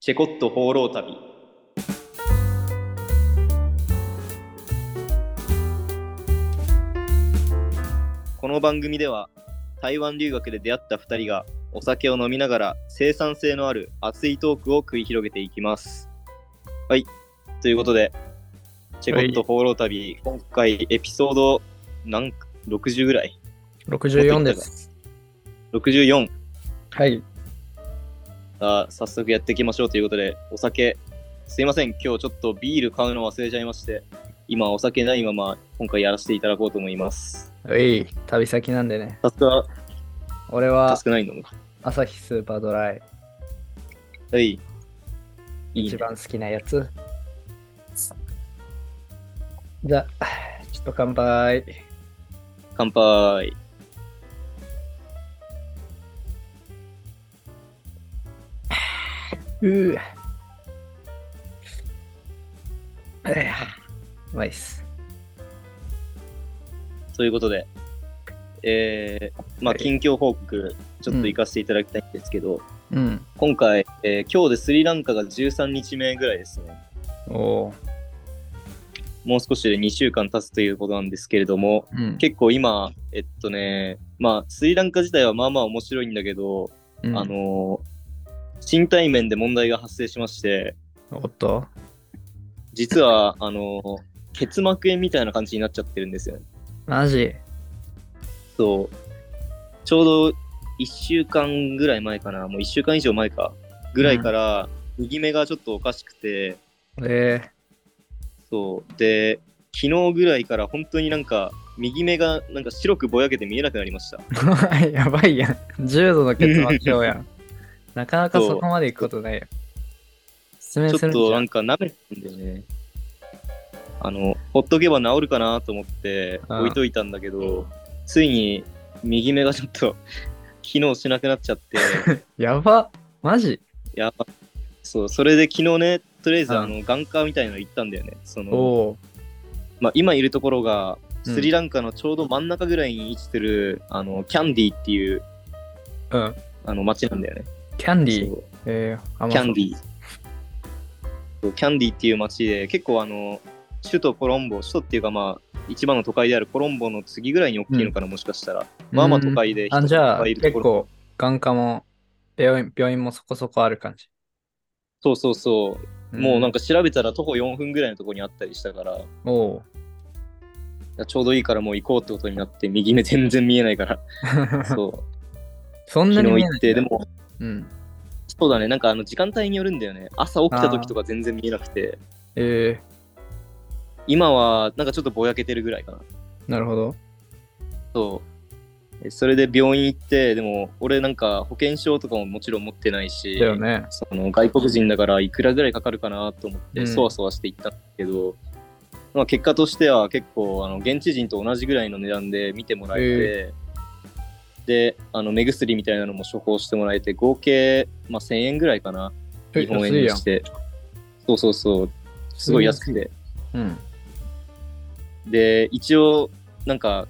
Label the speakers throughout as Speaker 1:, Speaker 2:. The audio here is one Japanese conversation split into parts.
Speaker 1: チェコット放浪旅この番組では台湾留学で出会った2人がお酒を飲みながら生産性のある熱いトークを繰り広げていきます。はい。ということで、チェコット放浪旅、今回エピソード何60ぐらい
Speaker 2: 64です。
Speaker 1: 64。
Speaker 2: はい。
Speaker 1: さあ、早速やっていきましょうということで、お酒、すいません、今日ちょっとビール買うの忘れちゃいまして、今お酒ないまま、今回やらせていただこうと思います。
Speaker 2: おい、旅先なんでね。
Speaker 1: さすが、
Speaker 2: 俺
Speaker 1: さ
Speaker 2: は
Speaker 1: すがないのも。
Speaker 2: 朝日スーパードライ、
Speaker 1: はい。いい
Speaker 2: 一
Speaker 1: ね。
Speaker 2: 番好きなやつ。じゃあ、ちょっと乾杯。
Speaker 1: 乾杯。
Speaker 2: うぅ。えーうまいっす。
Speaker 1: ということで、えー、まあ、
Speaker 2: はい
Speaker 1: 近況報告、ちょっと行かせていただきたいんですけど、
Speaker 2: うん。
Speaker 1: 今回、えー今日でスリランカが13日目ぐらいですね。
Speaker 2: おー
Speaker 1: もう少しで2週間経つということなんですけれども、
Speaker 2: うん。
Speaker 1: 結構今、えっとね、まあ、スリランカ自体はまあまあ面白いんだけど、
Speaker 2: うん
Speaker 1: あ、の、身体面で問題が発生しまして、
Speaker 2: おっと。
Speaker 1: 実は、あの、結膜炎みたいな感じになっちゃってるんですよね。
Speaker 2: マジ
Speaker 1: そう。ちょうど1週間ぐらい前かな、もう1週間以上前か、ぐらいから、右目がちょっとおかしくて、
Speaker 2: え
Speaker 1: そう。で、昨日ぐらいから本当になんか、右目がなんか白くぼやけて見えなくなりました。
Speaker 2: ー、 やばいやん。重度の結末症やん。なかなかそこまで行くことないよ。失明
Speaker 1: ち
Speaker 2: す
Speaker 1: ょっ
Speaker 2: るんじゃ
Speaker 1: と
Speaker 2: ん
Speaker 1: なんか舐めてんだよね。あの、ほっとけば治るかなと思って
Speaker 2: うん
Speaker 1: 置いといたんだけど、ついに右目がちょっと 機能しなくなっちゃ って、
Speaker 2: やばマジ
Speaker 1: やばそう、それで昨日ね、とりあえず
Speaker 2: うん
Speaker 1: あの眼科みたいなの行ったんだよね。その
Speaker 2: おお
Speaker 1: まあ、今いるところが、
Speaker 2: うん
Speaker 1: スリランカのちょうど真ん中ぐらいに位置する、あのキャンディーっていう
Speaker 2: ー。うん。
Speaker 1: あの町なんだよね。
Speaker 2: キャンディー。
Speaker 1: そう
Speaker 2: えー、甘
Speaker 1: キ
Speaker 2: そう
Speaker 1: ャンディーそう。キャンディーっていう街で、結構あの、首都コロンボ、首都っていうかまあ、一番の都会であるコロンボの次ぐらいに大きいのかな、もしかしたら。まあまあ都会で
Speaker 2: うんあ、じ
Speaker 1: い
Speaker 2: ゃあ、
Speaker 1: っぱいい
Speaker 2: 結
Speaker 1: るところ。
Speaker 2: 構、眼科も病院、病院もそこそこある感じ。
Speaker 1: そうそうそう。もうなん
Speaker 2: か。
Speaker 1: か調べたら徒歩4分ぐらいのところにあったりしたから、い
Speaker 2: おお。
Speaker 1: やちょうどいいからもう行こうってことになって、右目全然見えない から。そう。
Speaker 2: そんな
Speaker 1: 昨
Speaker 2: に
Speaker 1: 日
Speaker 2: 見え
Speaker 1: 行
Speaker 2: な
Speaker 1: っ
Speaker 2: いん
Speaker 1: て、
Speaker 2: だ
Speaker 1: で、も、
Speaker 2: うん。
Speaker 1: そうだね、なんかあの時間帯によるんだよね。朝起きた時とか全然見えなくて、
Speaker 2: え
Speaker 1: 今はなんかちょっとぼやけてるぐらいかな。
Speaker 2: ー、なるほど。
Speaker 1: そう。えそれで病院行って、でも俺なんか保険証とかももちろん持ってないし、
Speaker 2: だよね。
Speaker 1: その外国人だからいくらぐらいかかるかなと思って、
Speaker 2: うん
Speaker 1: そわそわして行ったんだけど、まあ、結果としては結構あの現地人と同じぐらいの値段で見てもらえて、であの目薬みたいなのも処方してもらえて合計、まあ、1000円ぐらいかな
Speaker 2: え
Speaker 1: 日本円に
Speaker 2: 安
Speaker 1: し
Speaker 2: い
Speaker 1: てそうそうそうすごい安くて、
Speaker 2: やん。うん。
Speaker 1: で一応なんか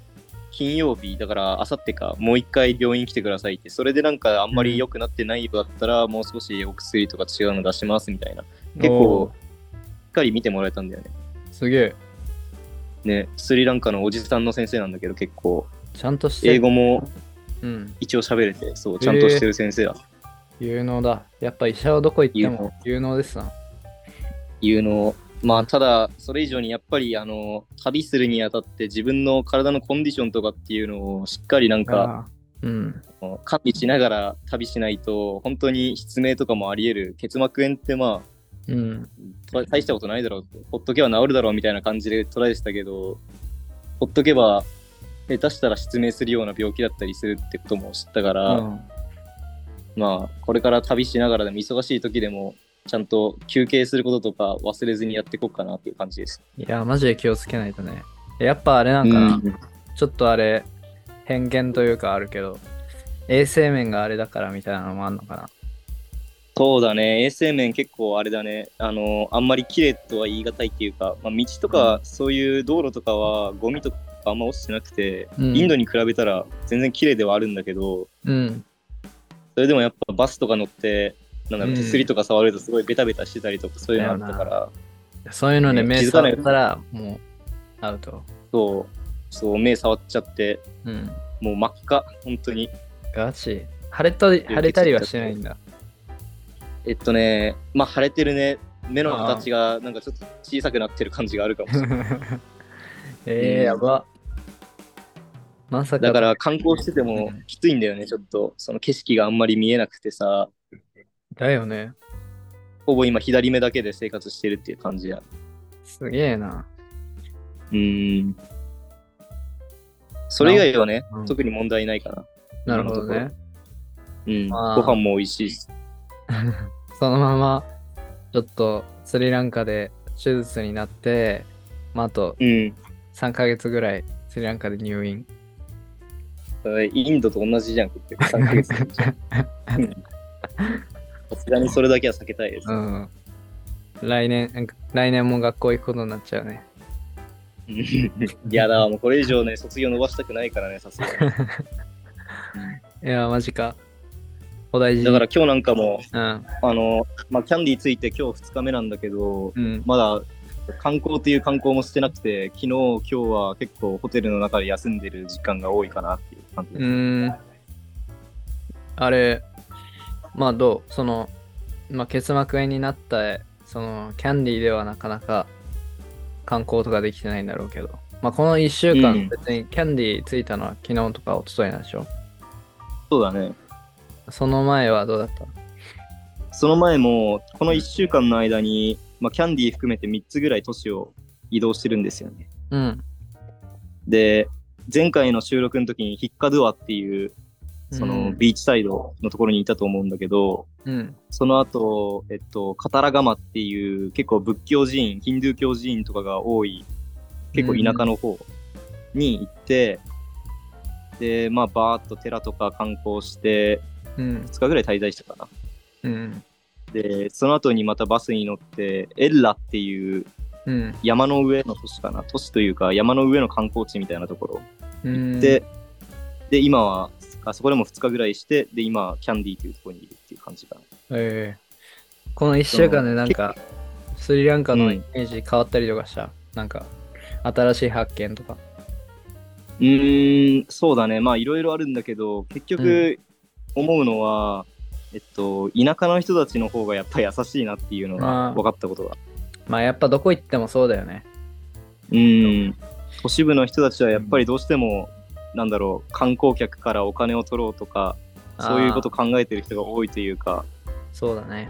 Speaker 1: 金曜日だからあさってかもう一回病院来てくださいってそれでなんかあんまり良くなってないようだったら、もう少しお薬とか違うの出しますみたいなし結構
Speaker 2: おー。
Speaker 1: っかり見てもらえたんだよね
Speaker 2: すげえ。
Speaker 1: ねスリランカのおじさんの先生なんだけど結構
Speaker 2: ちゃんとしてる。
Speaker 1: 英語も
Speaker 2: うん。
Speaker 1: 一応喋れてそうちゃんとしてる先生だ、
Speaker 2: 有能だ。やっぱ医者はどこ行っても有能ですな。
Speaker 1: いうのをまあただそれ以上にやっぱりあの旅するにあたって自分の体のコンディションとかっていうのをしっかりなんか
Speaker 2: あーうん。
Speaker 1: 管理しながら旅しないと本当に失明とかもあり得る結膜炎ってま
Speaker 2: うん。
Speaker 1: あ大したことないだろうほっとけば治るだろうみたいな感じで捉えてたけどほっとけば下手したら失明するような病気だったりするってことも知ったか
Speaker 2: う
Speaker 1: ら、
Speaker 2: ん。
Speaker 1: まあこれから旅しながらでも忙しい時でもちゃんと休憩することとか忘れずにやっていこうかなっていう感じです。
Speaker 2: いや、マジで気をつけないとね。やっぱあれなんかな。ちょっとあれ、偏見というかあるけど、衛生面があれだからみたいなのもあんのかな。
Speaker 1: そうだね、衛生面結構あれだね、あの、あんまり綺麗とは言い難いっていうか、まあ、道とかそういう道路とかはゴミとかあんま落ちてなくて、
Speaker 2: うん
Speaker 1: インドに比べたら全然綺麗ではあるんだけど、
Speaker 2: うん。
Speaker 1: それでもやっぱバスとか乗ってなんだろ
Speaker 2: う
Speaker 1: う、
Speaker 2: ん
Speaker 1: 手すりとか触るとすごいベタベタしてたりとか、そういうのあったか
Speaker 2: だ
Speaker 1: ら、
Speaker 2: そういうので
Speaker 1: ね
Speaker 2: 目
Speaker 1: 気づかな
Speaker 2: 覚
Speaker 1: い
Speaker 2: ったら、もう、アウト。
Speaker 1: そう、そう、目触っちゃって、
Speaker 2: うん。
Speaker 1: もう真っ赤、本当に。
Speaker 2: ガチ。腫れたり、腫れたりはしてないんだ。
Speaker 1: えっとね、まあ、腫れてるね、目の形がなんかちょっと小さくなってる感じがあるかもしれない。
Speaker 2: えー、やば。まさか。
Speaker 1: だから観光しててもきついんだよね、ちょっと。その景色があんまり見えなくてさ、
Speaker 2: だよね。
Speaker 1: ほぼ今左目だけで生活してるっていう感じや。
Speaker 2: すげえな。
Speaker 1: うーん。それ以外はね、
Speaker 2: うん
Speaker 1: 特に問題ないかな。
Speaker 2: なるほどね。
Speaker 1: うん。
Speaker 2: まあ
Speaker 1: ご飯も美味しいし。
Speaker 2: そのまま、ちょっとスリランカで手術になって、まあ、あと
Speaker 1: うん。
Speaker 2: 3ヶ月ぐらいスリランカで入院。
Speaker 1: それインドと同じじゃん、結局3ヶ月でうんさすがにそれだけは避けたいです
Speaker 2: う。ん。来年、来年も学校行くことになっちゃうね。
Speaker 1: いやだわ、もうこれ以上ね、卒業伸ばしたくないからね、さすがに。
Speaker 2: いや、マジか。お大事に
Speaker 1: だから、今日なんかも、
Speaker 2: うん。
Speaker 1: あの、まあ、キャンディーついて今日2日目なんだけど、
Speaker 2: うん。
Speaker 1: まだ観光という観光もしてなくて、昨日、今日は結構ホテルの中で休んでる時間が多いかなっていう感じ
Speaker 2: う
Speaker 1: です。
Speaker 2: ーん。あれ、まあどうその、まあ、結膜炎になった、その、キャンディーではなかなか観光とかできてないんだろうけど、まあこの1週間、
Speaker 1: うん
Speaker 2: 別にキャンディーついたのは昨日とか一昨日なんでしょ
Speaker 1: そうだね。
Speaker 2: その前はどうだった
Speaker 1: その前も、この1週間の間に、まあ、キャンディー含めて3つぐらい都市を移動してるんですよね。
Speaker 2: うん。
Speaker 1: で、前回の収録の時にヒッカドゥアっていう、そ
Speaker 2: うん
Speaker 1: のビーチサイドのところにいたと思うんだけど、
Speaker 2: うん。
Speaker 1: その後、えっと、カタラガマっていう結構仏教寺院、ヒンドゥー教寺院とかが多い、結構田舎の方に行って、で、まあ、バーっと寺とか観光して、
Speaker 2: うん。
Speaker 1: 2日ぐらい滞在したか
Speaker 2: うん。
Speaker 1: な。で、その後にまたバスに乗って、エッラっていう
Speaker 2: うん。
Speaker 1: 山の上の都市かな、都市というか山の上の観光地みたいなとこ
Speaker 2: う
Speaker 1: ろ
Speaker 2: ん、
Speaker 1: で、で、今は、あそこでも2日ぐらいして、で、今、キャンディーというところにいるっていう感じかな。
Speaker 2: えーこの1週間でなんか、スリランカのイメージ変わったりとかした、なんか、新しい発見とか。
Speaker 1: うーん、そうだね。まあ、いろいろあるんだけど、結局、思うのは、えっと、田舎の人たちの方がやっぱり優しいなっていうの
Speaker 2: あ
Speaker 1: が
Speaker 2: ー
Speaker 1: 分かったことが。
Speaker 2: まあやっぱどこ行ってもそうだよね。
Speaker 1: うん。都市部の人たちはやっぱりどうしても、なんだろう、観光客からお金を取ろうとか、そういうこと
Speaker 2: あ
Speaker 1: 考えてる人が多いというか、
Speaker 2: ーそうだね。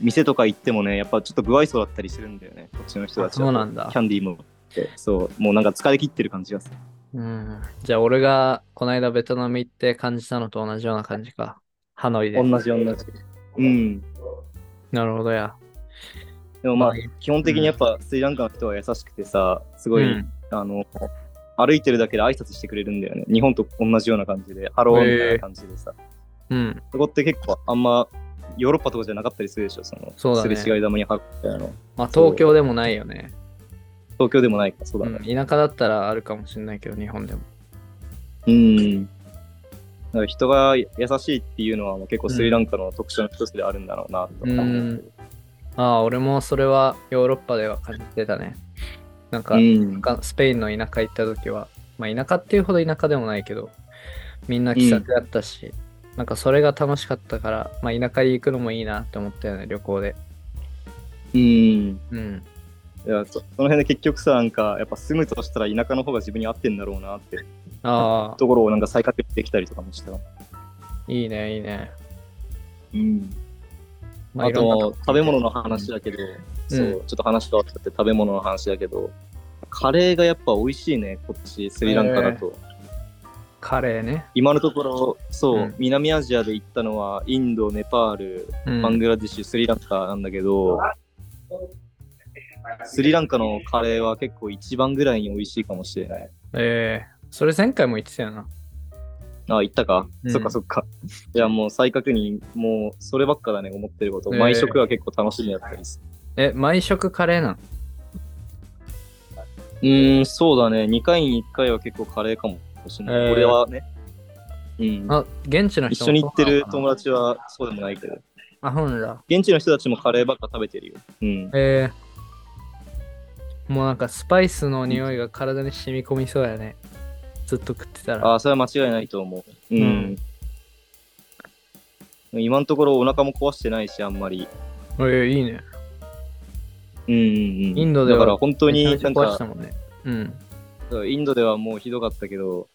Speaker 1: 店とか行ってもね、やっぱちょっと不愛想だったりするんだよね、こっちの人たちは。
Speaker 2: そうなんだ
Speaker 1: キャンディーも。そう、もうなんか疲れ切ってる感じがする。
Speaker 2: うん。じゃあ俺がこの間ベトナム行って感じたのと同じような感じか。ハノイで。
Speaker 1: 同じ同じ。うん。
Speaker 2: なるほどや。
Speaker 1: でもまあ
Speaker 2: はい、
Speaker 1: 基本的にやっぱスリランカの人は優しくてさ、すごい、
Speaker 2: うん
Speaker 1: あの、歩いてるだけで挨拶してくれるんだよね。日本と同じような感じで、ハローみたいな感じでさ。
Speaker 2: うん。
Speaker 1: そこって結構あんま、ヨーロッパとかじゃなかったりするでしょ、その、
Speaker 2: そうだね
Speaker 1: すれ違い玉にハローみたいなの。
Speaker 2: まあ東京でもないよね。
Speaker 1: 東京でもないか、そうだ
Speaker 2: うん
Speaker 1: ね。
Speaker 2: 田舎だったらあるかもしれないけど、日本でも。
Speaker 1: うん。だから人が優しいっていうのは結構スリランカの特徴の一つであるんだろうなと
Speaker 2: う
Speaker 1: 思うん
Speaker 2: ん。ああ、俺もそれはヨーロッパでは感じてたね。なんか、
Speaker 1: うん。
Speaker 2: かスペインの田舎行った時は、まあ、田舎っていうほど田舎でもないけどみんな気さくだったし、なんかそれが楽しかったから、まあ、田舎に行くのもいいなって思ったよね旅行で
Speaker 1: うん
Speaker 2: うん
Speaker 1: いやそその辺で結局さ、なんか、やっぱ住むとしたら田舎の方が自分に合ってんだろうなって
Speaker 2: ああ
Speaker 1: ところをなんか再確認できたりとかもした。
Speaker 2: いいねいいね、
Speaker 1: うん。
Speaker 2: ま
Speaker 1: あ
Speaker 2: いろんな
Speaker 1: と、食べ物の話だけど、そう、ちょっと話変わっちゃって食べ物の話だけど、カレーがやっぱ美味しいね、こっち、スリランカだと。
Speaker 2: カレーね、
Speaker 1: 今のところ、そう、
Speaker 2: うん
Speaker 1: 南アジアで行ったのは、インド、ネパール、
Speaker 2: うん
Speaker 1: バングラディッシュ、スリランカなんだけど、スリランカのカレーは結構一番ぐらいに美味しいかもしれない。
Speaker 2: えー、それ前回も言ってたよな
Speaker 1: あ、行ったか、
Speaker 2: うん
Speaker 1: そっかそっか。いや、もう再確認、もうそればっかだね、思ってること。
Speaker 2: えー
Speaker 1: 毎食は結構楽しみだったりする。
Speaker 2: え毎食カレーなの
Speaker 1: うーん、そうだね。2回に1回は結構カレーかもしれない。
Speaker 2: えー
Speaker 1: 俺はね。うん。
Speaker 2: あ現地の人
Speaker 1: 一緒に行ってる
Speaker 2: そうな
Speaker 1: 友
Speaker 2: のかな
Speaker 1: 達はそうでもないけど。
Speaker 2: あ、ほんら。
Speaker 1: 現地の人たちもカレーばっか食べてるよ。うん。
Speaker 2: えー、もうなんかスパイスの匂いが体に染み込みそうやね。ずっと食ってたら。
Speaker 1: ああ、それは間違いないと思う。うん。今のところお腹も壊してないし、あんまり。
Speaker 2: えー、いいね。
Speaker 1: うんうんうん。
Speaker 2: インドでは
Speaker 1: だから本当になん
Speaker 2: 壊し
Speaker 1: か
Speaker 2: た、もんね。うん。
Speaker 1: インドではもうひどかったけど、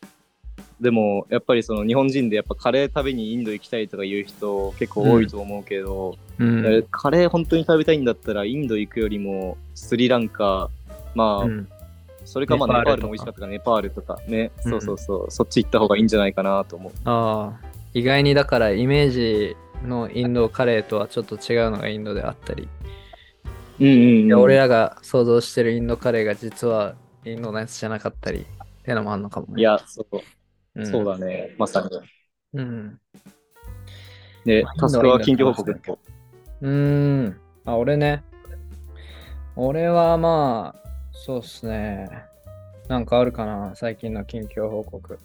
Speaker 1: でもやっぱりその日本人でやっぱカレー食べにインド行きたいとか言う人結構多いと思うけど、
Speaker 2: うん。
Speaker 1: えカレー本当に食べたいんだったらインド行くよりもスリランカ、まあ、
Speaker 2: うん
Speaker 1: それかまあネ
Speaker 2: ネ
Speaker 1: パ
Speaker 2: パ
Speaker 1: ー
Speaker 2: ー
Speaker 1: ル
Speaker 2: ルとか
Speaker 1: も美味しかったからネパールとかね、
Speaker 2: うん
Speaker 1: そうそうそう、そっち行った方がいいんじゃないかなと思う。
Speaker 2: ああ。意外にだからイメージのインドカレーとはちょっと違うのがインドであったり。
Speaker 1: うんうん、
Speaker 2: いや俺らが想像してるインドカレーが実はインドのやつじゃなかったりってのもあるのかもね。
Speaker 1: いや、そう、
Speaker 2: うん、
Speaker 1: そうだね、まさに。
Speaker 2: うん。
Speaker 1: で
Speaker 2: まあ、
Speaker 1: タスクは近況報告
Speaker 2: インドうーん。あ、俺ね。俺はまあ、そうっすね。なんかあるかな最近の近況報告。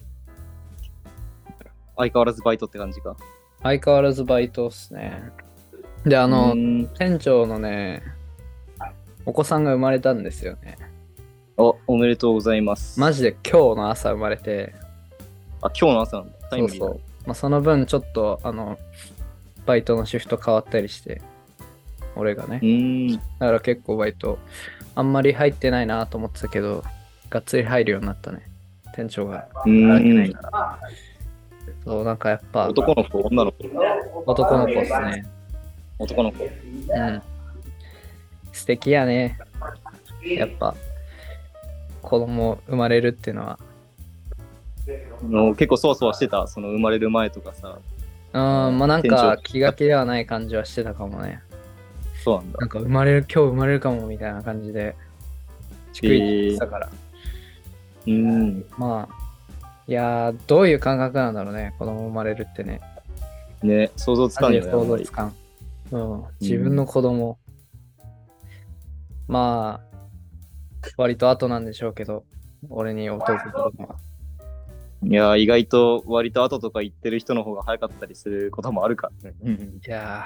Speaker 1: 相変わらずバイトって感じか。
Speaker 2: 相変わらずバイトっすね。で、あ
Speaker 1: あ
Speaker 2: の、店長のね、お子さんが生まれたんですよね。
Speaker 1: おおめでとうございます。
Speaker 2: マジで今日の朝生まれて、
Speaker 1: あ、今日の朝なんだ。タイ
Speaker 2: そ
Speaker 1: ム
Speaker 2: う
Speaker 1: リー
Speaker 2: そ
Speaker 1: だ
Speaker 2: う。まあ、その分、ちょっと、あの、バイトのシフト変わったりして、俺がね
Speaker 1: う。ーん。
Speaker 2: だから結構バイト、あんまり入ってないなと思ってたけど、がっつり入るようになったね。店長が。
Speaker 1: う
Speaker 2: ない
Speaker 1: ーん。
Speaker 2: そう、なんかやっぱ、
Speaker 1: 男の子、女の子。
Speaker 2: 男の子っすね。
Speaker 1: 男の子。
Speaker 2: うん。素敵やね。やっぱ、子供生まれるっていうのは。
Speaker 1: の結構そわそわしてた、その生まれる前とかさ。
Speaker 2: うん、まあなん
Speaker 1: 店
Speaker 2: か
Speaker 1: 長
Speaker 2: 気が気ではない感じはしてたかもね。
Speaker 1: そうなんだ。
Speaker 2: なんか生まれる、今日生まれるかもみたいな感じで、逐一してたから。
Speaker 1: うーん。
Speaker 2: まあ、いやー、どういう感覚なんだろうね、子供生まれるってね。
Speaker 1: ね、想像つかんよね、あ
Speaker 2: 想
Speaker 1: んま
Speaker 2: 像
Speaker 1: り
Speaker 2: つ。かん。うん、自分の子供。まあ、割と後なんでしょうけど、俺に訪れたのは。
Speaker 1: いやー、意外と割と後とか言ってる人の方が早かったりすることもあるからね。うん。
Speaker 2: いやー、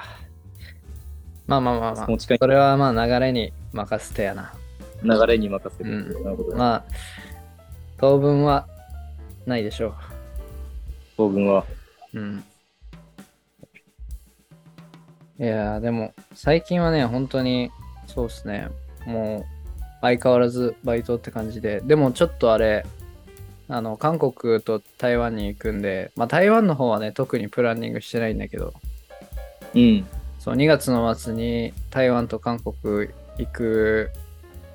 Speaker 2: まあまあまあまあ
Speaker 1: そ、の近い
Speaker 2: それはまあ流れに任せてやな。
Speaker 1: 流れに任せる。
Speaker 2: う
Speaker 1: なるほど。
Speaker 2: まあ、当分はないでしょ
Speaker 1: 当分は。
Speaker 2: う。うん。いやー、でも、最近はね、本当に、そうですね、もう、相変わらずバイトって感じで、でもちょっとあれ、あの、韓国と台湾に行くんで、まあ、台湾の方はね、特にプランニングしてないんだけど、
Speaker 1: うん。
Speaker 2: そう、2月の末に台湾と韓国行く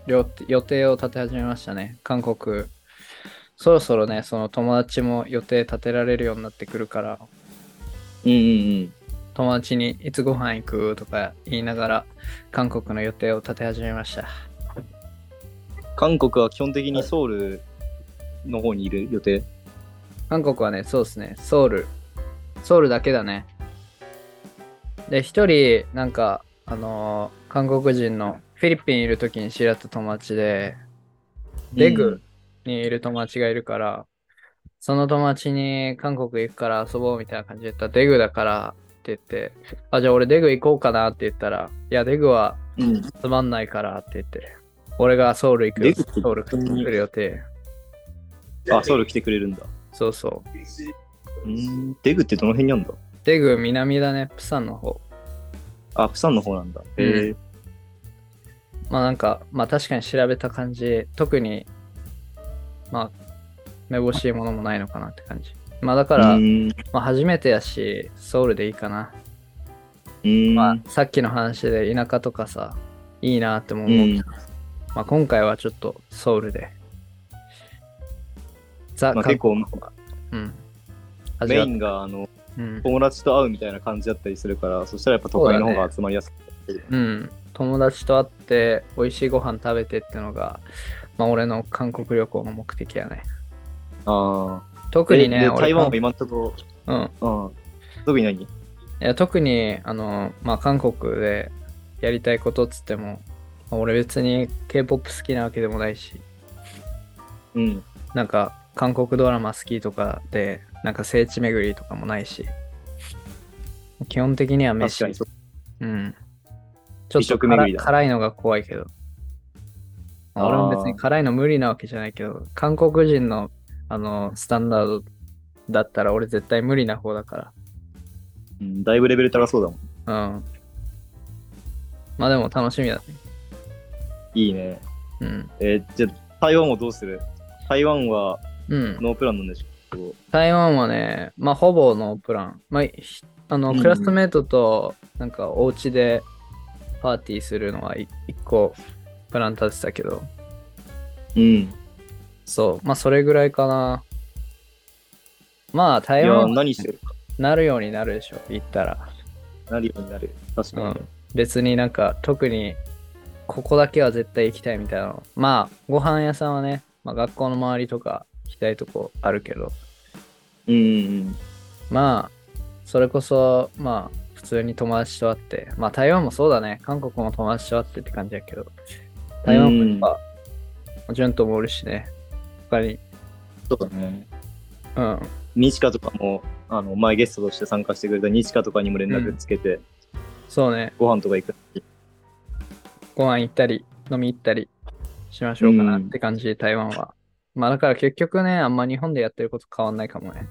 Speaker 2: 予予定を立て始めましたね。韓国、そろそろね、その友達も予定立てられるようになってくるから、
Speaker 1: うんうん
Speaker 2: 友達にいつご飯行くとか言いながら、韓国の予定を立て始めました。
Speaker 1: うん。韓国は基本的にソウルの方にいる予定。
Speaker 2: 韓国はね、そうですね、ソウル。ソウルだけだね。で、一人、なんか、あのー韓国人のフィリピンいる時に知り合った友達で、レグにいる友達がいるから、その友達に韓国行くから遊ぼうみたいな感じで言ったら、デグだからって言って、あ、じゃあ俺デグ行こうかなって言ったら、いや、デグは
Speaker 1: うん。うん。
Speaker 2: つまんないからって言って、俺がソウル行く
Speaker 1: デ
Speaker 2: よ
Speaker 1: グって、
Speaker 2: ソウル来る予定。
Speaker 1: あ、ソウル来てくれるんだ。
Speaker 2: そうそう。
Speaker 1: うん。デグってどの辺にあるんだ
Speaker 2: デグ南だね、プサンの方。
Speaker 1: あ、プサンの方なんだ。
Speaker 2: うん
Speaker 1: へえ。
Speaker 2: まあなんか、まあ確かに調べた感じ、特に、まあ、めぼしいものもないのかなって感じ。まあだから、
Speaker 1: うん。
Speaker 2: まあ初めてやし、ソウルでいいかな。
Speaker 1: うん。
Speaker 2: まあさっきの話で田舎とかさ、いいなっても
Speaker 1: う
Speaker 2: 思うけど、
Speaker 1: ん。
Speaker 2: まあ今回はちょっとソウルで。ザ・
Speaker 1: まあ
Speaker 2: 韓
Speaker 1: 結構
Speaker 2: うん。アジ
Speaker 1: メ
Speaker 2: ア
Speaker 1: イ、ンがあの
Speaker 2: うん、
Speaker 1: 友達と会うみたいな感じだったりするから、そしたらやっぱ都会の方が集まりやすくて。
Speaker 2: うん。友達と会って、美味しいご飯食べてってのが、まあ俺の韓国旅行の目的やね。
Speaker 1: ああ。
Speaker 2: 特に
Speaker 1: で
Speaker 2: ね、
Speaker 1: で
Speaker 2: 俺
Speaker 1: 台湾は今んとこ、
Speaker 2: うん。
Speaker 1: うん。特に何
Speaker 2: いや特にあの、まあ、韓国でやりたいことっつっても、まあ俺別に K-POP 好きなわけでもないし
Speaker 1: うん。
Speaker 2: なんか韓国ドラマ好きとかでなんか聖地巡りとかもないし基本的には
Speaker 1: 確
Speaker 2: 飯
Speaker 1: かにそう。
Speaker 2: うん。ちょっ
Speaker 1: 美
Speaker 2: と
Speaker 1: 食巡
Speaker 2: 辛
Speaker 1: りだ
Speaker 2: 辛いのが怖いけど。まあ俺も別に辛いの無理なわけじゃないけど、韓国人のあのスタンダードだったら俺絶対無理な方だか
Speaker 1: うん、だいぶレベル高そうだもん。
Speaker 2: ら。うん。まあでも楽しみだね。
Speaker 1: いいね。
Speaker 2: うん。
Speaker 1: えーじゃあ、台湾をどうする台湾は
Speaker 2: うん。
Speaker 1: ノープランなんでしょ
Speaker 2: 台湾はね、まあほぼノープラン。まあ、ひあの、
Speaker 1: うん
Speaker 2: クラスメートとなんかお家でパーティーするのは一一個プラン立てたけど、
Speaker 1: うん。
Speaker 2: そう、まあそれぐらいかな。まあ
Speaker 1: い
Speaker 2: 台
Speaker 1: やー、
Speaker 2: 湾
Speaker 1: 何してるか
Speaker 2: なるようになるでしょ、行ったら。
Speaker 1: なるようになる。確
Speaker 2: う
Speaker 1: かに。
Speaker 2: ん。別になんか特にここだけは絶対行きたいみたいなの。まあご飯屋さんはね、まあ学校の周りとか行きたいとこあるけど、
Speaker 1: うんうん
Speaker 2: まあそれこそまあ普通に友達と会ってまあ台湾もそうだね韓国も友達と会ってって感じだけど台湾もやっぱ順ともおるしね他に
Speaker 1: そうだね。
Speaker 2: うん
Speaker 1: 西カとかも、あの、前ゲストとして参加してくれた西カとかにも連絡つけて、
Speaker 2: そうね
Speaker 1: ご飯とか行く。
Speaker 2: ご飯行ったり飲み行ったりしましょうかな
Speaker 1: う
Speaker 2: っ
Speaker 1: ん
Speaker 2: て感じ、台湾はまあだから結局ねあんま日本でやってること変わんないかもね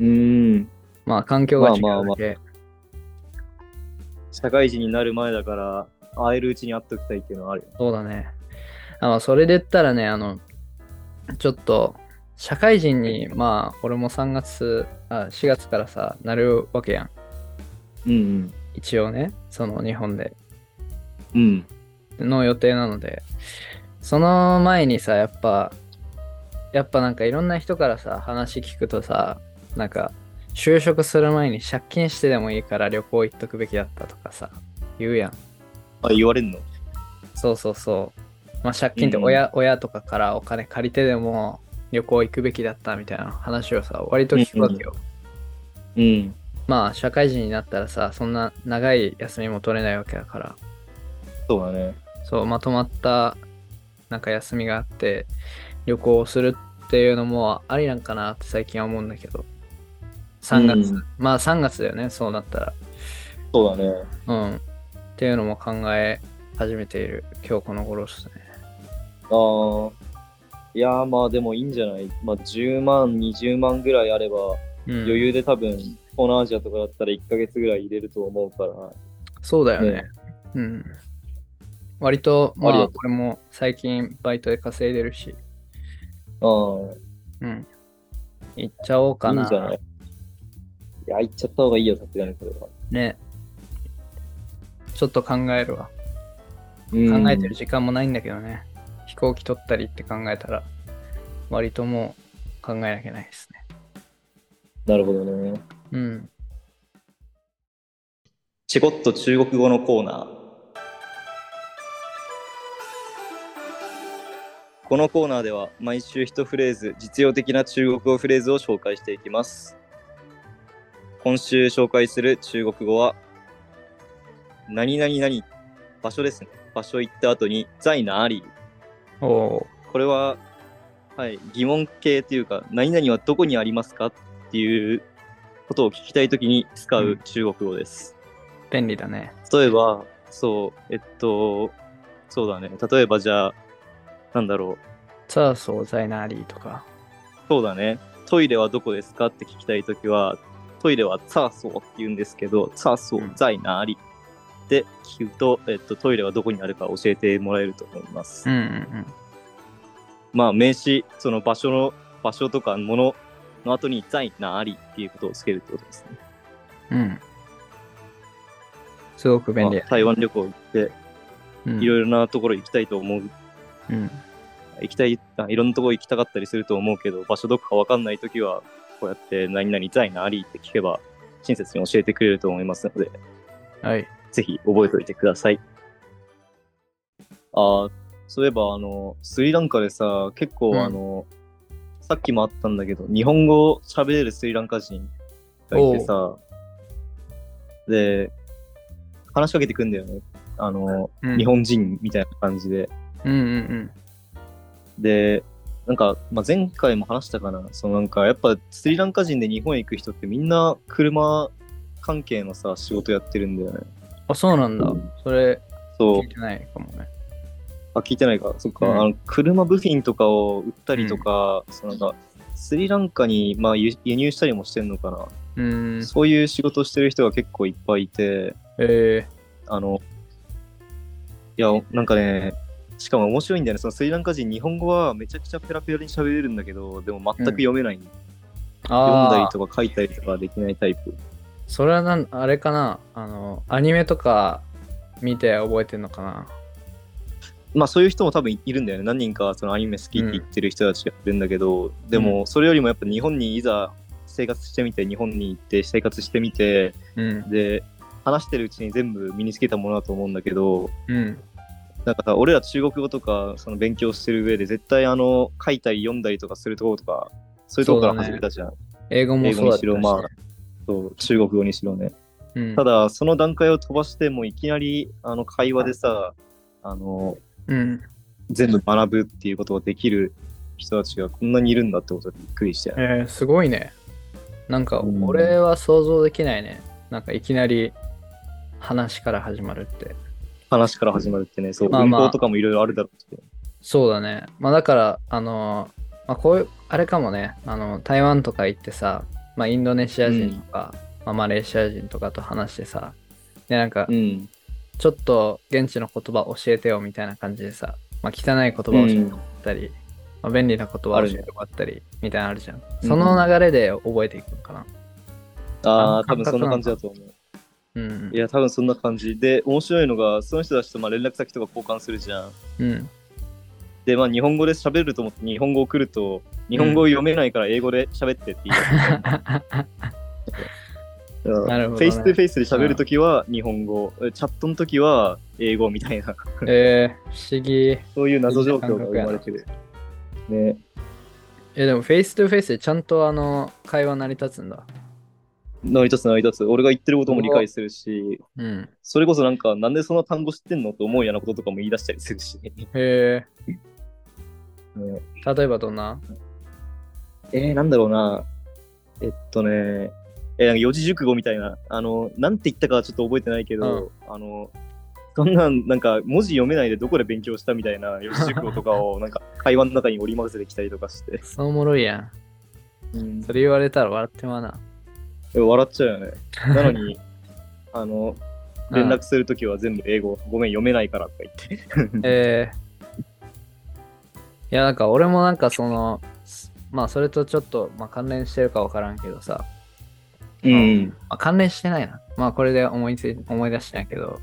Speaker 1: うん。
Speaker 2: まあ環境が違うだけ、
Speaker 1: まあまあ社会人になる前だから、会えるうちに会っときたいっていうのはあるよ。
Speaker 2: そうだね。あの、それで言ったらね、あの、ちょっと、社会人に、まあ、俺も3月、あ、4月からさ、なるわけやん。
Speaker 1: うん
Speaker 2: 一応ね、その日本で
Speaker 1: うん。うん。
Speaker 2: の予定なので、その前にさ、やっぱ、やっぱなんかいろんな人からさ、話聞くとさ、なんか、就職する前に借金してでもいいから旅行行っとくべきだったとかさ、言うやん。
Speaker 1: あ、言われんの
Speaker 2: そうそうそう。まあ、借金って親,、親とかからお金借りてでも旅行行くべきだったみたいな話をさ、割と聞くわけよ。
Speaker 1: うん。
Speaker 2: まあ、社会人になったらさ、そんな長い休みも取れないわけだから、
Speaker 1: そうだね。
Speaker 2: そう、まとまったなんか休みがあって、旅行をするっていうのもありなんかなって最近は思うんだけど、3月、
Speaker 1: うん
Speaker 2: まあ3月だよね、そうなったら。
Speaker 1: そうだね。
Speaker 2: うん。っていうのも考え始めている今日この頃ですね。
Speaker 1: ああ。いやーまあでもいいんじゃないまあ10万、20万ぐらいあれば、
Speaker 2: うん、
Speaker 1: 余裕で多分、東南アジアとかだったら1ヶ月ぐらい入れると思うから。
Speaker 2: そうだよね。
Speaker 1: ね
Speaker 2: うん。割と、ま
Speaker 1: あり
Speaker 2: あ、
Speaker 1: だ
Speaker 2: これも最近バイトで稼いでるし、
Speaker 1: うん。
Speaker 2: うん。行っちゃおうか
Speaker 1: い
Speaker 2: な。
Speaker 1: いんじゃないいや、行っちゃった方がいいよ、さすがにそれは。
Speaker 2: ね。ちょっと考えるわ。
Speaker 1: うん
Speaker 2: 考えてる時間もないんだけどね。飛行機取ったりって考えたら、割ともう考えなきゃいけないですね。
Speaker 1: なるほどね。
Speaker 2: うん。
Speaker 1: チェコッと中国語のコーナー。このコーナーでは毎週一フレーズ、実用的な中国語フレーズを紹介していきます。今週紹介する中国語は、何々何、場所ですね。場所行った後に、在哪里
Speaker 2: おお
Speaker 1: これは、はい、疑問形というか、何々はどこにありますかっていうことを聞きたいときに使う中国語です。
Speaker 2: ー、便利だね。
Speaker 1: 例えば、そう、えっと、そうだね。例えばじゃあ、なんだろ
Speaker 2: さあ、そう、ザイナーリーとか。
Speaker 1: う。そうだね。トイレはどこですかって聞きたいときは、トイレはツァーソーって言うんですけど、ツァーソ
Speaker 2: うん
Speaker 1: ー、ザイナーリって聞くと、えっと、トイレはどこにあるか教えてもらえると思います。
Speaker 2: うんうんうん。
Speaker 1: まあ、名詞、その場所の、場所とかものの後に、ザイナーリっていうことをつけるってことですね。
Speaker 2: うん。すごく便利
Speaker 1: まあ。台湾旅行行って、
Speaker 2: うん
Speaker 1: いろいろなところ行きたいと思う
Speaker 2: うん。
Speaker 1: 行きたい、あいろんなとこ行きたかったりすると思うけど、場所どこかわかんないときは、こうやって何々在なありって聞けば、親切に教えてくれると思いますので、
Speaker 2: はい。
Speaker 1: ぜひ覚えておいてください。ああ、そういえば、あの、スリランカでさ、結
Speaker 2: うん
Speaker 1: 構あの、さっきもあったんだけど、日本語を喋れるスリランカ人がいてさ、で、話しかけてくんだよね。あの、
Speaker 2: うん
Speaker 1: 日本人みたいな感じで。
Speaker 2: うんうん
Speaker 1: で、なんか、まあ、前回も話したかな、そのなんか、やっぱスリランカ人で日本へ行く人ってみんな車関係のさ、仕事やってるんだよね。
Speaker 2: あ、そうなんだ。それ、
Speaker 1: そう
Speaker 2: 聞いてないかもね。
Speaker 1: あ、聞いてないか。そっか。
Speaker 2: うん
Speaker 1: あの車部品とかを売ったりとか、そのなんか、スリランカに、まあ、輸輸入したりもしてんのかな、
Speaker 2: うーん。
Speaker 1: そういう仕事をしてる人が結構いっぱいいて、
Speaker 2: え
Speaker 1: あの、いや、なんかね、しかも面白いんだよね。そのスリランカ人、日本語はめちゃくちゃペラペラに喋れるんだけど、でも全く読めない。
Speaker 2: ー、
Speaker 1: 読んだ
Speaker 2: あ
Speaker 1: り
Speaker 2: あ、
Speaker 1: とか書いたりとかできないタイプ。
Speaker 2: それはなん、あれかな。あの、アニメとか見て覚えてんのかな。
Speaker 1: まあそういう人も多分いるんだよね。何人かそのアニメ好きって言ってる人たちがいるんだけど、でもそれよりもやっぱ日本にいざ生活してみて、日本に行って生活してみて、
Speaker 2: うん。
Speaker 1: で、話してるうちに全部身につけたものだと思うんだけど、
Speaker 2: うん。
Speaker 1: なんかさ、俺ら中国語とかその勉強してる上で絶対あの書いたり読んだりとかするところとか、そういうところから始めたじゃん。
Speaker 2: 英語も
Speaker 1: 英
Speaker 2: そ
Speaker 1: 語
Speaker 2: う
Speaker 1: に
Speaker 2: だった
Speaker 1: しろ、
Speaker 2: ね
Speaker 1: まあ、そう中国語にしろね。
Speaker 2: うん、
Speaker 1: ただ、その段階を飛ばして、もういきなりあの会話でさ、あの、
Speaker 2: うん。
Speaker 1: 全部学ぶっていうことができる人たちがこんなにいるんだってことでびっくりして。
Speaker 2: えー、すごいね。なんか
Speaker 1: うん
Speaker 2: 俺は想像できないね。なんかいきなり話から始まるって。
Speaker 1: 話から始まるってね、そう、
Speaker 2: まあまあ
Speaker 1: 文法とかもいろいろあるだろうし。
Speaker 2: そうだね。まあだから、あのー、まあこういう、あれかもね、あの、台湾とか行ってさ、まあインドネシア人とか、まあマレーシア人とかと話してさ、で、なんか
Speaker 1: う、ん。
Speaker 2: ちょっと現地の言葉教えてよみたいな感じでさ、まあ汚い言葉を教えてもらったり、まあ便利な言葉を教えてもらったり、みたいなのあるじゃん。その流れで覚えていくのかな。
Speaker 1: ああ、
Speaker 2: あ
Speaker 1: 多分
Speaker 2: の
Speaker 1: そんな感じだと思う。
Speaker 2: うん。
Speaker 1: いや、多分そんな感じ。で、面白いのが、その人たちとまあ連絡先とか交換するじゃん。
Speaker 2: うん。
Speaker 1: で、まあ、日本語で喋ると思って、日本語を送ると、日本語を読めないから英語で喋ってって言う。 うん
Speaker 2: なるほど
Speaker 1: フ
Speaker 2: ね
Speaker 1: ェイス2フェイスで喋るときは日本語、チャットのときは英語みたいな、
Speaker 2: えー、不思議。
Speaker 1: そういう謎状況が生まれてる。ね、
Speaker 2: え、でも、フェイスとフェイスでちゃんとあの、会話成り立つんだ。
Speaker 1: 成り立つ成り立つ。俺が言ってることも理解するし、
Speaker 2: うん。
Speaker 1: それこそなんか、なんでそんな単語知ってんのと思うようなこととかも言い出したりするし。
Speaker 2: へ
Speaker 1: ね
Speaker 2: え。例えばどんな
Speaker 1: えー、なんだろうな。えっとね、えーなんか四字熟語みたいな、あの、なんて言ったかはちょっと覚えてないけど、あの、そんなん、なんか、文字読めないでどこで勉強したみたい な四字熟語とかを、なんか、会話の中に織り交ぜてきたりとかして、
Speaker 2: そうおもろいやん。それ言われたら笑ってまうな。
Speaker 1: でも笑っちゃうよね。なの に、あの、連絡するときは全部英語、ごめん、読めないからとか言って。
Speaker 2: えー、いや、なんか俺もなんかその、すまあそれとちょっと、まあ、関連してるかわからんけどさ、
Speaker 1: うん。
Speaker 2: まあ、関連してないな。まあこれで思いつい思い出したんやけど、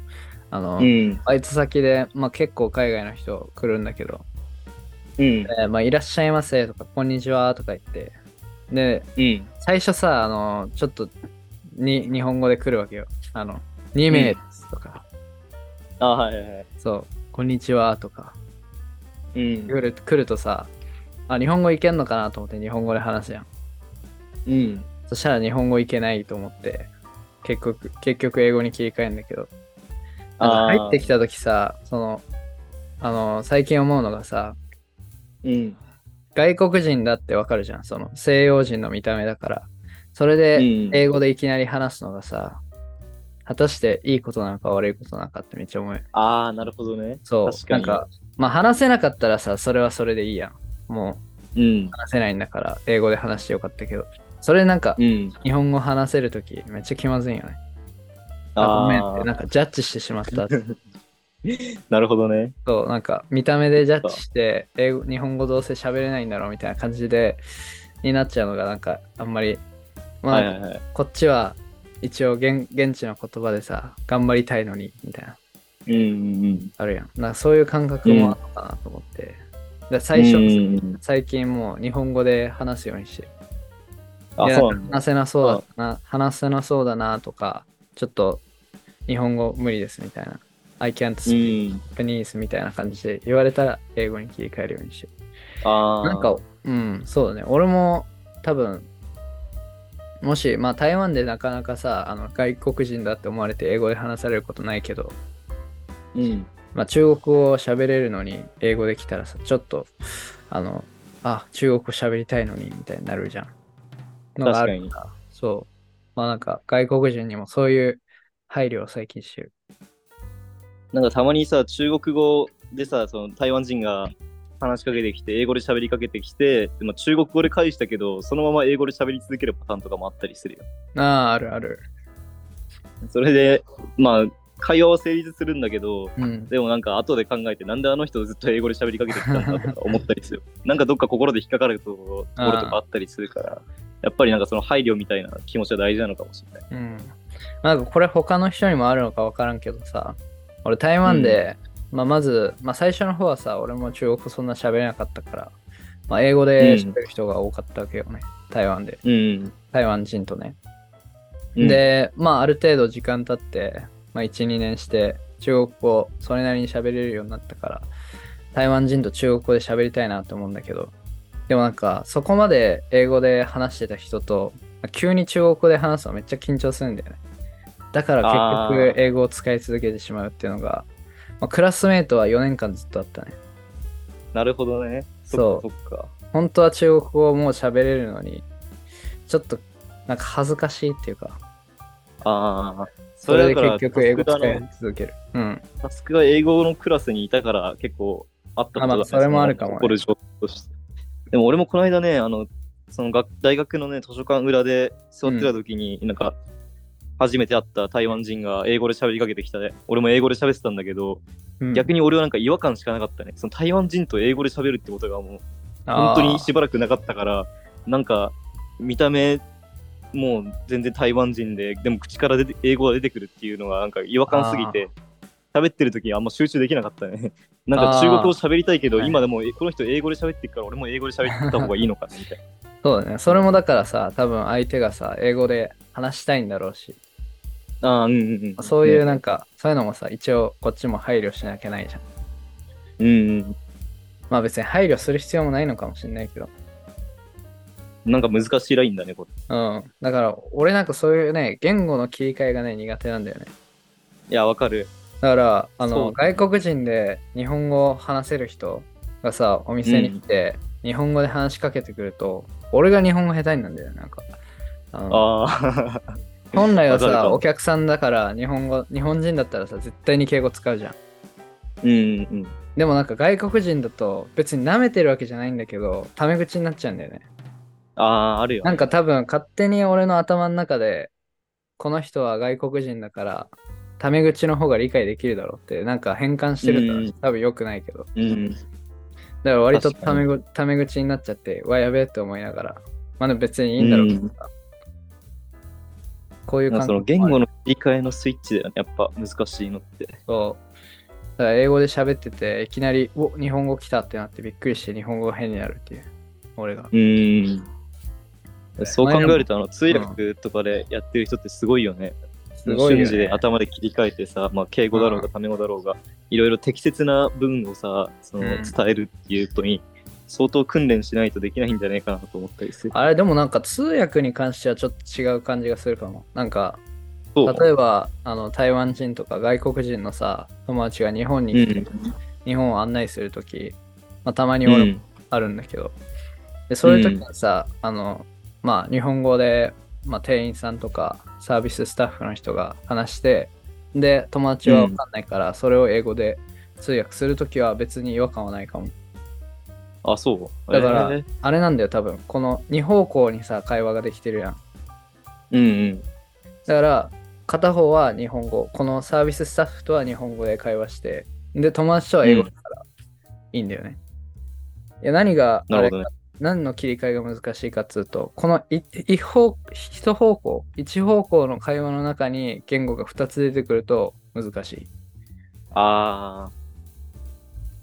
Speaker 2: あの、
Speaker 1: うん。
Speaker 2: バイト先で、まあ、結構海外の人来るんだけど、
Speaker 1: うん。
Speaker 2: えーまあ、いらっしゃいませとか、こんにちはとか言って、で、
Speaker 1: うん。
Speaker 2: 最初さ、あの、ちょっとに日本語で来るわけよ。あの、2名ですとか、
Speaker 1: あ、はいはいはい。
Speaker 2: そう、こんにちはとか、
Speaker 1: うん
Speaker 2: 来る来るとさ、あ、日本語いけんのかなと思って日本語で話すやん。
Speaker 1: うん。
Speaker 2: そしたら日本語いけないと思って、結局、結局英語に切り替えるんだけど、
Speaker 1: あ
Speaker 2: なん
Speaker 1: ー
Speaker 2: か入ってきた時さ、その、あの、最近思うのがさ、
Speaker 1: うん。
Speaker 2: 外国人だってわかるじゃん、その西洋人の見た目だから。それで、
Speaker 1: うん
Speaker 2: 英語でいきなり話すのがさ、果たしていいことなのか悪いことなのかってめっちゃ思う。
Speaker 1: ああ、なるほどね。
Speaker 2: そう、
Speaker 1: 確かに
Speaker 2: なんか、まあ話せなかったらさ、それはそれでいいやん。もう
Speaker 1: うん。
Speaker 2: 話せないんだから、英語で話してよかったけど、それなんか、
Speaker 1: うん。
Speaker 2: 日本語話せるときめっちゃ気まずいよね。あ、ごめんって、なんかジャッジしてし まった。
Speaker 1: なるほどね。
Speaker 2: そう、なんか見た目でジャッジして、英語日本語どうせ喋れないんだろうみたいな感じで、になっちゃうのがなんか、あんまり、まあ、
Speaker 1: はいはいはい。
Speaker 2: こっちは一応現現地の言葉でさ、頑張りたいのに、みたいな、
Speaker 1: うんうんうん。
Speaker 2: あるやん。なんかそういう感覚もあったなと思って。で最初、
Speaker 1: うんうん
Speaker 2: 最近もう日本語で話すようにしてる。
Speaker 1: あ、
Speaker 2: いや
Speaker 1: そうなんだ。
Speaker 2: 話せなそうだな、話せなそうだなとか、ちょっと日本語無理ですみたいな。I can't
Speaker 1: う
Speaker 2: speak
Speaker 1: ん。
Speaker 2: Japanese みたいな感じで言われたら英語に切り替えるようにしてる。
Speaker 1: ああ。
Speaker 2: なん、か、うん、そうだね。俺も多分、もし、まあ台湾でなかなかさ、あの外国人だって思われて英語で話されることないけど、
Speaker 1: うん。
Speaker 2: まあ中国語を喋れるのに英語できたらさ、ちょっと、あの、あ、中国語喋りたいのにみたいになるじゃん。
Speaker 1: 確
Speaker 2: のがあ
Speaker 1: か
Speaker 2: る
Speaker 1: に。
Speaker 2: そう。まあなんか外国人にもそういう配慮を最近してる。
Speaker 1: なんかたまにさ、中国語でさ、その台湾人が話しかけてきて、英語で喋りかけてきて、でも中国語で返したけど、そのまま英語で喋り続けるパターンとかもあったりするよ。
Speaker 2: ああ、あるある。
Speaker 1: それで、まあ、会話は成立するんだけど、
Speaker 2: うん。
Speaker 1: でもなんか後で考えて、なんであの人ずっと英語で喋りかけてきたんだとか思ったり する。なんかどっか心で引っかかるところとかあったりするから、やっぱりなんかその配慮みたいな気持ちは大事なのかもしれない。
Speaker 2: うん。なんかこれ他の人にもあるのか分からんけどさ、俺台湾で、まあまず、まあ最初の方はさ、俺も中国語そんな喋れなかったから、まあ英語で喋る人が多かったわけよね、台湾で。
Speaker 1: うん。
Speaker 2: 台湾人とね。
Speaker 1: うん、
Speaker 2: で、まあある程度時間経って、まあ1、2年して、中国語それなりに喋れるようになったから、台湾人と中国語で喋りたいなと思うんだけど、でもなんかそこまで英語で話してた人と、急に中国語で話すのめっちゃ緊張するんだよね。だから結
Speaker 1: あー
Speaker 2: 局英語を使い続けてしまうっていうのが、まあ、クラスメートは4年間ずっとあったね。
Speaker 1: なるほどね。そ
Speaker 2: そう
Speaker 1: っかそっか。
Speaker 2: 本当は中国語をもう喋れるのに、ちょっとなんか恥ずかしいっていうか、
Speaker 1: ああ。
Speaker 2: それで
Speaker 1: だから
Speaker 2: 結局英語
Speaker 1: タス
Speaker 2: 使
Speaker 1: クが
Speaker 2: い続ける。うん。
Speaker 1: タスクが英語のクラスにいたから結構あったことだ、ね
Speaker 2: あまあそれもあるかもね
Speaker 1: 残る情報として。でも俺もこの間ね、あの、その学大学のね、図書館裏で座ってた時に、なんか、初めて会った台湾人が英語で喋りかけてきたね。俺も英語で喋ってたんだけど、
Speaker 2: うん
Speaker 1: 逆に俺はなんか違和感しかなかったね。その台湾人と英語で喋るってことがもう、
Speaker 2: あ
Speaker 1: 本
Speaker 2: ー
Speaker 1: 当にしばらくなかったから、なんか、見た目、もう全然台湾人で、でも口から出て英語が出てくるっていうのが、なんか違和感すぎて、喋ってる時にあんま集中できなかったね。 なんか中国語喋りたいけど、
Speaker 2: はい
Speaker 1: 今でもえこの人英語で喋ってるから、俺も英語で喋った方がいいのかなみたいな。
Speaker 2: そうだね。それもだからさ、多分相手がさ、英語で話したいんだろうし、
Speaker 1: ああ、うんうんうん。
Speaker 2: そういう
Speaker 1: ね
Speaker 2: なんか、そういうのもさ、一応こっちも配慮しなきゃいけないじゃん。
Speaker 1: うんうん。
Speaker 2: まあ別に配慮する必要もないのかもしれないけど。
Speaker 1: なんか難しいラインだね、これ。
Speaker 2: うん。だから、俺なんかそういうね、言語の切り替えがね、苦手なんだよね。
Speaker 1: いや、わかる。
Speaker 2: だから、
Speaker 1: そ
Speaker 2: あの、
Speaker 1: う
Speaker 2: 外国人で日本語を話せる人がさ、お店に来て、日本語で話しかけてくると、俺が日本語下手になるんだよね、なんか。あの
Speaker 1: ああ、
Speaker 2: 本来は
Speaker 1: わかるか
Speaker 2: さ、
Speaker 1: も
Speaker 2: お客さんだから、日本語、日本人だったらさ、絶対に敬語使うじゃん。
Speaker 1: うんうんうん。
Speaker 2: でもなんか外国人だと別に舐めてるわけじゃないんだけどタメ口になっちゃうんだよね
Speaker 1: ああ、あるよ。
Speaker 2: なんか多分勝手に俺の頭の中でこの人は外国人だからタメ口の方が理解できるだろうってなんか変換してるから、
Speaker 1: うん
Speaker 2: 多分良くないけど
Speaker 1: うんうん。
Speaker 2: だから割と
Speaker 1: 確
Speaker 2: タ
Speaker 1: かに
Speaker 2: メごタメ口になっちゃってわやべえって思いながらまあでも別にいいんだろうけどさ、こういう
Speaker 1: なん
Speaker 2: 感
Speaker 1: か
Speaker 2: じ
Speaker 1: その言語の切り替えのスイッチだよね、やっぱ難しいのって。
Speaker 2: そうだから英語で喋ってていきなり「お日本語来た」ってなってびっくりして日本語が変になるっていう俺が
Speaker 1: うーん。そう考えると、あの通
Speaker 2: も
Speaker 1: 訳とかでやってる人ってすごいよね。
Speaker 2: すごいよね
Speaker 1: 瞬時で頭で切り替えてさ、まあ、敬語だろうが、
Speaker 2: う
Speaker 1: タメ語だろうが、いろいろ適切な文をさ、その
Speaker 2: うん
Speaker 1: 伝えるっていうことに、相当訓練しないとできないんじゃないかなと思ったりする。
Speaker 2: あれでもなんか通訳に関してはちょっと違う感じがするかも。なんか
Speaker 1: そう。
Speaker 2: 例えばあの台湾人とか外国人のさ友達が日本に
Speaker 1: う
Speaker 2: 来て、
Speaker 1: ん。
Speaker 2: 日本を案内するとき、まあ、たまに
Speaker 1: う
Speaker 2: 俺も
Speaker 1: ん
Speaker 2: あるんだけど、でそういう時にさ、あのまあ日本語で、まあ、店員さんとかサービススタッフの人が話してで友達は分かんないから、それを英語で通訳するときは別に違和感はないかも。
Speaker 1: あ、そう。
Speaker 2: だから
Speaker 1: えー
Speaker 2: あれなんだよ多分この2方向にさ会話ができてるやん。
Speaker 1: うんうん。
Speaker 2: だから片方は日本語このサービススタッフとは日本語で会話してで友達とは英語だからいいんだよね、いや何が
Speaker 1: なるほどね
Speaker 2: あれ何の切り替えが難しいかっつうとこのい一方一方向一方向の会話の中に言語が2つ出てくると難しい
Speaker 1: ああ、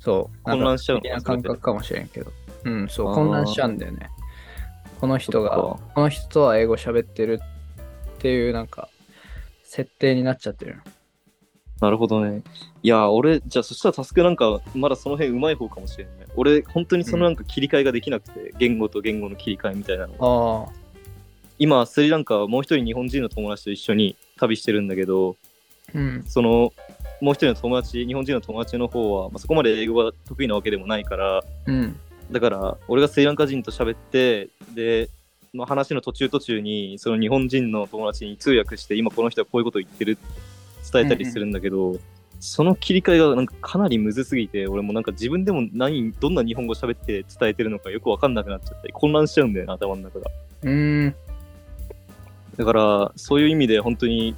Speaker 2: そう
Speaker 1: 混乱しちゃうの
Speaker 2: 的な感覚かもしれんけどうんそ
Speaker 1: あ
Speaker 2: う
Speaker 1: ー
Speaker 2: 混乱しちゃうんだよねこの人が
Speaker 1: そっか
Speaker 2: この人とは英語喋ってるっていうなんか設定になっちゃってる
Speaker 1: なるほどね。いや、俺、じゃあそしたらタスクなんか、まだその辺うまい方かもしれない。俺、本当にそのなんか切り替えができなくて、言語と言語の切り替えみたいなの。
Speaker 2: ああ
Speaker 1: 今、スリランカはもう一人日本人の友達と一緒に旅してるんだけど、
Speaker 2: うん。
Speaker 1: その、もう一人の友達、日本人の友達の方は、まあ、そこまで英語が得意なわけでもないから、
Speaker 2: うん。
Speaker 1: だから、俺がスリランカ人と喋って、で、まあ、話の途中途中に、その日本人の友達に通訳して、今この人はこういうこと言ってる、伝えたりするんだけど、その切り替えがなんかかなりむずすぎて、俺もなんか自分でも何、どんな日本語喋って伝えてるのかよくわかんなくなっちゃって、混乱しちゃうんだよな、頭の中が。
Speaker 2: うーん。
Speaker 1: だから、そういう意味で本当に、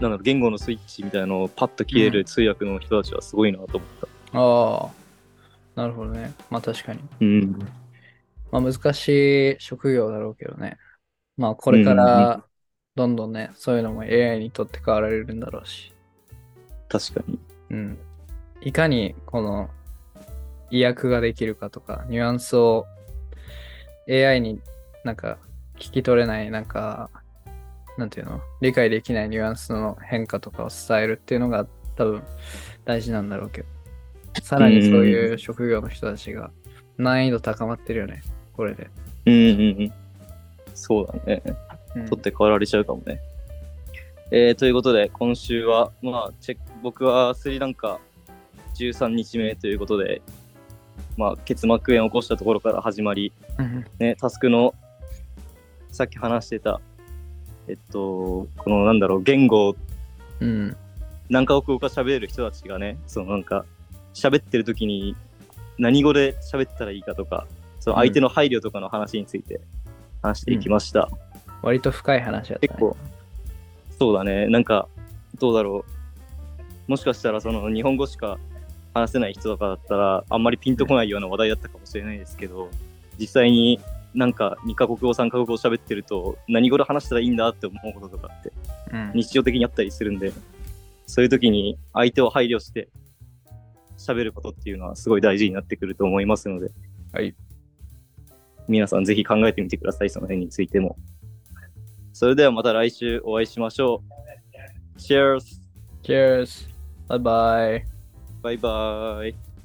Speaker 1: なんだろう、言語のスイッチみたいなのをパッと消え
Speaker 2: う
Speaker 1: る通訳の人たちはすごいなと思った。
Speaker 2: ああ。なるほどね。まあ確かに。
Speaker 1: うん。
Speaker 2: まあ難しい職業だろうけどね。まあこれからどんどんね、そういうのも AI にとって変わられるんだろうし。
Speaker 1: 確かに。
Speaker 2: うん。いかにこの意訳ができるかとか、ニュアンスを AI になんか聞き取れない、なんか、なんていうの、理解できないニュアンスの変化とかを伝えるっていうのが多分大事なんだろうけど、さらにそういう職業の人たちが難易度高まってるよね、これで。
Speaker 1: うんうんうん。そうだね。
Speaker 2: うん
Speaker 1: 取って代わられちゃうかもね。えーということで、今週は、まあ、チェック僕はスリランカ13日目ということで、まあ、結膜炎を起こしたところから始まり、
Speaker 2: うん
Speaker 1: ね、タスクの、さっき話してた、えっと、このなんだろう、言語を
Speaker 2: うん。
Speaker 1: 何か国語か喋れる人たちがね、そのなんか、喋ってる時に何語で喋ったらいいかとか、その相手の配慮とかの話について話していきました。
Speaker 2: 割と深い話だった、ね。
Speaker 1: 結構、そうだね、なんか、どうだろう。もしかしたら、その、日本語しか話せない人とかだったら、あんまりピンとこないような話題だったかもしれないですけど、実際になんか、2カ国語、3カ国語喋ってると、何語で話したらいいんだって思うこととかって、
Speaker 2: うん、
Speaker 1: 日常的にあったりするんで、そういう時に相手を配慮して、喋ることっていうのはすごい大事になってくると思いますので、
Speaker 2: はい。
Speaker 1: 皆さんぜひ考えてみてください、その辺についても。それではまた来週お会いしましょう。Cheers!
Speaker 2: Cheers! バイバイ。
Speaker 1: バイバイ。